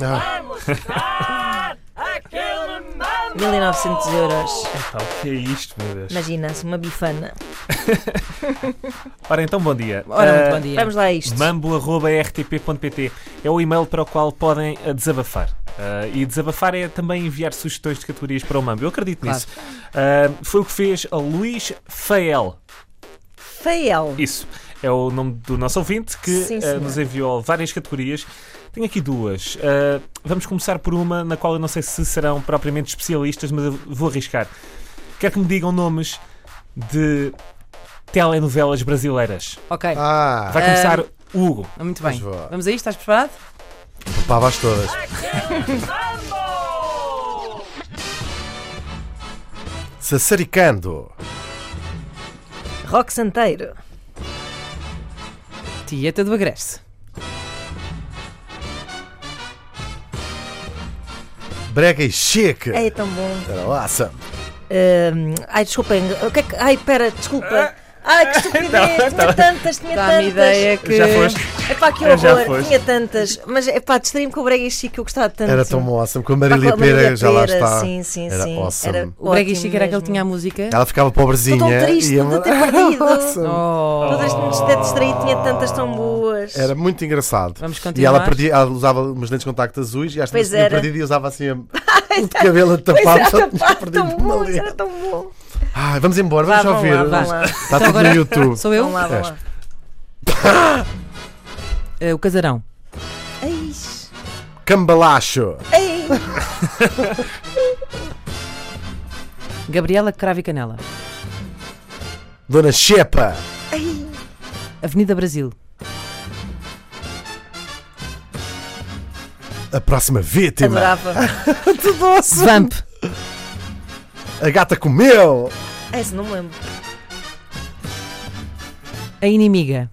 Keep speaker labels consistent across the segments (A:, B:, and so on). A: Ah,
B: 1900 euros.
C: Pá, o que é isto, meu Deus?
B: Imagina-se, uma bifana.
C: Ora então, bom dia.
D: Ora, muito
C: Ah,
D: bom
A: Eh,
D: dia.
B: Vamos lá a isto.
C: mambo.rtp.pt é o e-mail para o qual podem ah, desabafar. Ah, e desabafar é também enviar sugestões de categorias para o Mambo. Eu acredito
D: Claro.
C: nisso. Ah, foi o que fez a Luís Fael.
B: Fael.
C: Isso é o nome do nosso ouvinte que
B: Sim,
C: ah,
B: senhor.
C: nos enviou várias categorias. Tenho aqui duas. Ah, vamos começar por uma na qual eu não sei se serão propriamente especialistas, mas eu vou arriscar. Quero que me digam nomes de telenovelas brasileiras.
D: Ok,
A: ah
C: Vai começar o Hugo.
D: muito bem.
A: Mas vá.
D: Vamos a isto? Estás preparado?
A: papavas todas. Sassaricando.
B: Rock Santeiro.
D: Tieta do Agreste.
A: Brega e chique.
B: É tão bom.
A: Era awesome.
B: Ahm, ai, desculpem. O que é que- Ai, pera, desculpa. Ai, que
C: Não,
B: estupidez. Tinha
C: não.
B: tantas, tinha
D: Dá-me
B: tantas.
D: ideia que.
C: Já foste?
B: É pá, que
C: É, já
B: horror.
C: foste.
B: Tinha tantas. Mas é pá, distraí-me com o Brega e Chico, eu gostava tanto.
A: Era tão awesome. Com a
B: Pá, com a
A: Marília Pera já lá
B: Pera,
A: está.
B: Sim, sim,
A: Era
B: sim.
A: awesome.
B: Era
D: O Brega e
B: ótimo
D: Chico era aquele que
B: mesmo.
D: tinha a música.
A: Ela ficava pobrezinha.
B: Estou tão triste
A: e a
B: de
A: Mar-
B: ter perdido.
A: Awesome.
D: Oh.
B: Todas tinha distraído, tinha tantas tão boas.
A: Era muito engraçado.
D: Vamos
A: E
D: continuar.
A: ela, perdia, ela usava umas lentes de contacto azuis e às
B: Pois
A: vezes tinha
B: era. tá.
A: perdido e usava assim a- o de cabelo a tapar.
B: Era
A: só tinha
B: tão,
A: perdido
B: tão
A: uma
B: bom, isso
A: lente.
B: era tão bom.
A: Ai, vamos embora,
B: Vá,
A: vamos
B: vão
A: ouvir.
B: lá, vão lá.
A: Está tudo
D: agora-
A: no YouTube.
D: Sou eu?
B: Vão lá, vão lá.
D: Eh, o Casarão.
B: Ai,
A: Cambalacho.
B: ai.
D: Gabriela Cravo e Canela.
A: Dona Xepa.
D: Avenida Brasil.
A: A próxima vítima.
B: Adorava.
D: Vamp.
A: A gata comeu.
B: Ai, se não me lembro.
D: A Inimiga.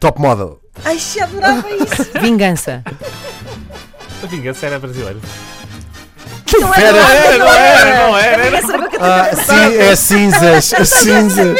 A: Top model.
B: Ai, se adorava isso.
D: Vingança.
C: A vingança era brasileira.
B: Não
A: Era,
B: adorava, não era.
C: não era.
B: Ninguém sabe o que eu tenho
A: Ah,
B: a pensar.
A: sim, é cinzas. É cinza.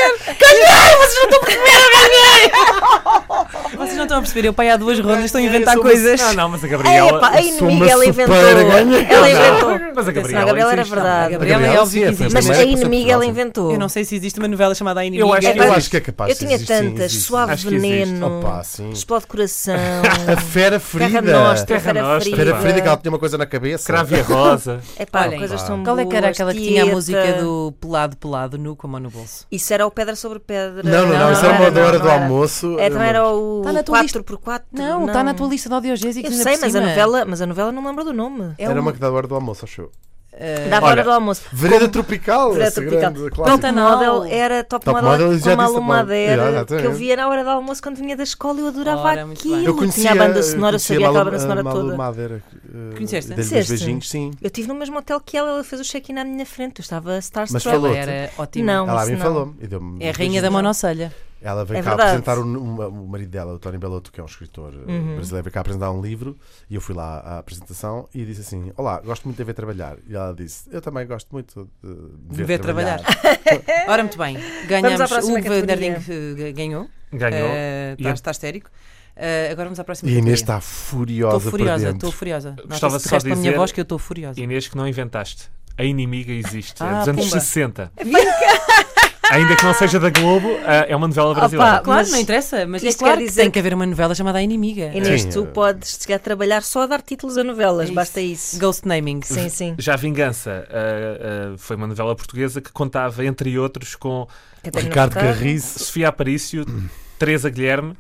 D: Vocês não estão a perceber, eu pai há duas rondas, estão a inventar
C: Eu sou
D: coisas.
C: uma- Não, não, mas a
B: Ai,
C: Gabriela.
B: epá, a
A: sou uma
B: inimiga, ela inventou.
A: supera, ganhei.
B: Ela
C: Não,
B: inventou.
C: Mas a
B: Não,
C: Gabriela.
B: a Gabriela era
C: existe.
B: verdade.
D: A Gabriela é óbvio que
A: sim, foi
D: existe.
B: Mas
A: primeira
B: a
A: pessoa
B: inimiga, ela
A: que fez
B: inventou.
D: Eu não sei se existe uma novela chamada A Inimiga.
C: Eu acho
A: algo. Eu
C: que-
A: acho que é capaz.
B: Eu
A: de
B: tinha
A: existir, sim,
B: tantas.
A: existe.
B: Suave
C: Acho que existe.
B: veneno.
A: Opa, sim.
B: Explode coração.
A: A fera
B: Terra
A: ferida.
B: Nostra,
C: Terra
B: Fera
C: Nostra.
B: Ferida.
A: Fera ferida que ela tinha uma coisa na cabeça.
C: Crávia Rosa.
B: Epá,
D: Olhem,
B: coisas tão
D: Qual é que era
B: boas,
D: aquela que tinha a
B: Tieta.
D: música do pelado, pelado, nu como no bolso?
B: Isso era o Pedra sobre Pedra.
A: Não, não, não,
D: Não,
A: isso era
D: não
A: uma
D: era,
A: da hora
B: não
A: do
B: era.
A: almoço.
B: É, também era o
D: Tá na tua lista.
B: 4x4.
D: Não, está na tua lista de audiogésicos
B: Eu
D: ainda
B: sei,
D: por
B: mas a,
D: cima.
B: novela, mas a novela não lembra do nome.
D: É
A: Era
D: uma-
A: uma que da hora do almoço, acho eu.
D: eh,
B: Dava
C: Olha,
B: hora do almoço.
A: Vereda Tropical.
B: Vereda
A: essa
B: Tropical.
A: grande
B: Top
A: clássica.
D: Não,
B: Model era Top,
A: Top
B: Model,
A: Model, já
B: com uma
A: disse Top Model. Yeah,
B: alumadeira que eu
A: exatamente.
B: via na hora do almoço quando vinha da escola e eu adorava
D: Ora, muito
B: aquilo.
D: bem.
A: Eu conhecia
B: tinha a banda sonora, eu sabia aquela banda sonora toda.
A: Madeira,
D: Conheceste?
A: Dois
B: Conheceste?
A: beijinhos, sim.
B: Eu estive no mesmo hotel que ela, ela fez o check-in à minha frente. Eu estava starstruck.
A: falou.
D: ela era ótima.
B: Não,
A: Ela a
B: isso
A: mim
B: não.
A: falou-me. e deu-me
D: É a
A: dois
D: rainha da
A: beijinhos.
D: monocelha.
A: Ela veio
B: É
A: cá
B: verdade.
A: apresentar o, o- o marido dela, o Tony Bellotto, que é um escritor eh,
D: Uhum.
A: brasileiro, veio cá apresentar um livro e eu fui lá à apresentação e disse assim: Olá, gosto muito de ver trabalhar. E ela disse: Eu também gosto muito de
D: De
A: ver,
D: ver trabalhar. Ora, muito bem.
B: Vamos à
D: Ganhamos. O
B: próxima
D: Hugo Van der
B: categoria.
D: Ding, eh, ganhou.
C: Ganhou.
D: Eh,
C: E eu-
B: é-
D: Está está histérico. Eh, Agora vamos à próxima
A: E a Inês
D: categoria.
A: está furiosa,
D: Estou furiosa,
A: por
D: estou
A: dentro.
D: furiosa. Nota-se
C: Gostava
D: de
C: só de
D: resto pela minha
C: dizer-
D: voz que eu estou furiosa.
C: Inês, que não inventaste. A inimiga existe. é
D: Ah,
C: dos anos
D: pumba.
C: 60. Ainda que não seja da Globo, ah, é uma novela brasileira.
D: Claro,
B: Mas
D: não interessa, mas é
B: isto
D: claro
B: quer
D: que
B: dizer
D: tem
B: que-
D: que haver uma novela chamada A Inimiga.
B: Inês,
A: Sim,
B: tu
A: eh,
B: podes chegar a trabalhar só a dar títulos a novelas,
D: É
B: basta isso.
D: Ghost Naming.
B: Sim, sim.
C: Já a Vingança ah, ah, foi uma novela portuguesa que contava, entre outros, com
B: Catarina
A: Ricardo
B: Furtado.
A: Carriço.
C: Sofia Aparício, Teresa Guilherme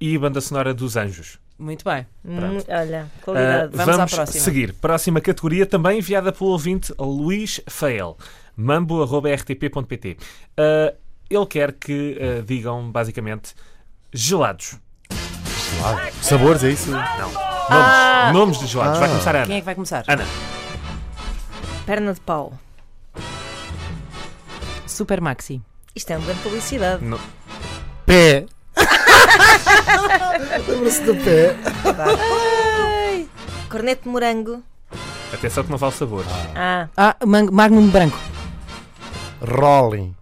C: e a banda sonora dos Anjos.
D: Muito bem.
B: Hum, olha,
C: Ah,
B: qualidade.
D: Eh, vamos à próxima.
C: seguir. Próxima categoria também enviada pelo ouvinte Luís Fael. mambo.rtp.pt Ah, Ele quer que ah, digam, basicamente, gelados.
A: Ah, sabores, é isso?
C: Nomes, nomes de gelados. Vai começar a
D: Ah. Quem é
C: Ana.
D: que vai começar?
B: Ah.
C: Ana.
B: Perna de pau.
D: Super Maxi.
B: Isto é uma grande publicidade.
C: No-
A: Pé. Lembra-se do pé.
B: Corneto de morango.
C: Atenção que não vale sabor.
B: Ah,
D: Ah, Mang- Magnum Branco.
A: Rolling.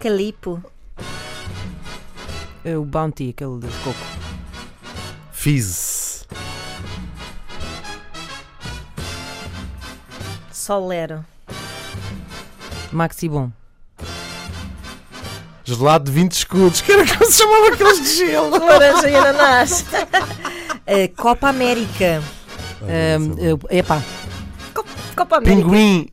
B: calipo.
D: eh, o Bounty, aquele de coco.
A: Fizz.
B: Solero.
D: Maxi Bom.
A: Gelado de 20 escudos. Que era como se chamava aqueles de gelo.
B: Laranja e ananás. Eh, Copa
A: Olha,
B: América.
A: isso é bom.
D: Eh, eh, epá,
B: Co- Copa América.
A: Pinguim.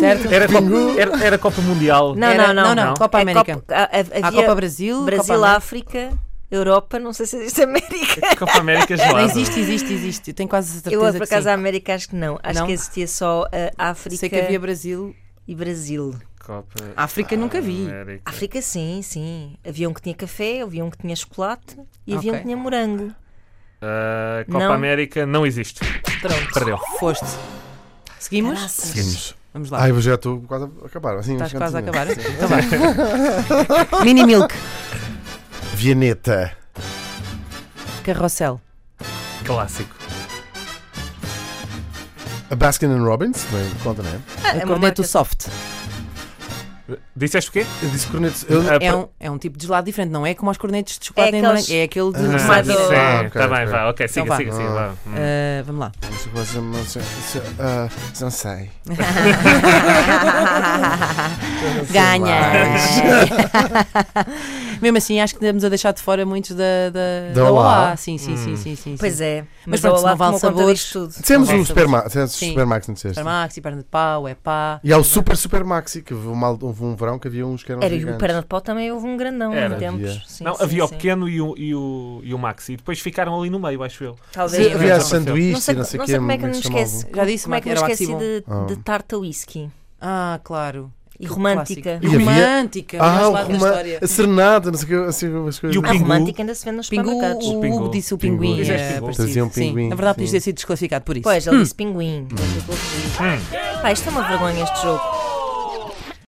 D: certo?
C: Era, Copa, era, era Copa Mundial.
B: Não,
D: Era-
B: não, não, não.
D: Copa
B: É
D: América.
B: Copa- a- a-
D: Há
B: havia
D: Copa Brasil,
B: Brasil,
D: Copa América.
B: África, Europa, não sei se existe América.
C: Copa América
D: Não,
C: gelada.
D: existe, existe, existe. Eu Tenho quase certeza
B: Eu, por
D: que
B: acaso,
D: sim.
B: a América acho que não. Acho
D: Não?
B: que existia só eh, África
D: Sei que havia Brasil.
B: e Brasil.
C: Copa
D: África nunca vi.
B: Ah,
C: América.
B: África, sim, sim. Havia um que tinha café, havia um que tinha chocolate e havia um
D: Ok.
B: que tinha morango.
C: Ah, Copa
B: Não.
C: América não existe.
D: Pronto.
C: Perdeu.
B: é.
D: Foste. Seguimos?
B: Caraças.
A: Seguimos.
D: Vamos lá.
A: Ai, eu já estou quase a acabar. Assim,
D: Estás quase a
A: cantinho.
D: acabar? Então vá. Mini Milk.
A: Vianeta.
D: Carrossel.
C: Clássico.
A: A Baskin and Robbins. Também conta, não é?
B: Ah, é
D: A
B: uma
D: Corneto
B: marca-
D: Soft.
C: Disseste o quê?
A: Eu disse cornetos. Eu...
C: Ah,
D: É um, é um tipo de gelado diferente, não é como os cornetos de chocolate
B: É
D: em
B: aqueles-
D: morango. É aquele de
A: Ah,
C: Ah,
D: maçã.
B: Mas,
C: sim,
B: oh.
A: Ah, ok,
C: tá bem,
A: ok.
C: vai. Ok, siga,
D: Então
C: siga,
A: vá.
C: siga. vá. Hum.
D: Ah, vamos lá.
A: Ah, Não sei.
B: tá-
D: Ganha! Mesmo assim, acho que estamos a deixar de fora muitos da, da,
A: Da
D: da
A: Olá.
D: Olá. Sim, sim, sim,
C: Hum.
D: sim, sim.
B: Pois
D: sim.
B: é. Mas,
D: Mas pronto,
B: olha
D: se
B: lá,
D: não vale
B: tomou conta
D: sabores-
B: disto tudo.
A: Dissemos
D: Não
A: o
D: gosto.
A: Supermax. Dissemos o
D: Sim.
A: Supermax, não
B: é.
A: disseste?
D: Supermaxi, perna de pau, é pá.
A: E há o Super Super Maxi, que houve uma- houve um verão que havia uns que eram
B: Era e o
A: gigantes.
B: Perna de Pau também houve um grandão em
C: Era.
A: Havia.
B: tempos. Sim,
C: não,
B: sim,
C: havia o
B: sim.
C: pequeno e o, e, o, e o Maxi. E depois ficaram ali no meio, acho eu.
B: Talvez.
A: Sim, havia
C: Não
B: não
A: sanduíche,
B: sei,
A: não sei o
B: não
A: quê,
B: sei como é que eu
A: se
B: me
A: chamava?
B: esqueci.
D: Já disse,
B: Como é que eu me
D: era
B: esqueci
D: Maximo.
B: de,
A: Ah.
B: de tarta whisky
D: Ah, claro.
B: e romântica?
A: E
D: Clássico.
A: havia-
D: Romântica,
A: Ah,
D: mais
A: o
D: lado da
A: Roma-
D: história.
A: a serenata, não sei o que, assim, umas coisas.
C: E o
B: A
C: Pingu.
B: Ah, romântica ainda se vende nos
D: Pingu, Hum.
B: supermercados.
D: o
C: Pingu.
D: Hugo disse o
A: Pingu.
D: pinguim.
C: Dizeste
D: é
C: pingu.
D: parecido.
A: Trazia um
D: Sim,
A: pinguim,
D: Na verdade,
A: sim.
D: podia ter sido desclassificado por isso.
B: Pois, ele disse pinguim. Mas eu corrigi. Pá, isto é uma vergonha este jogo.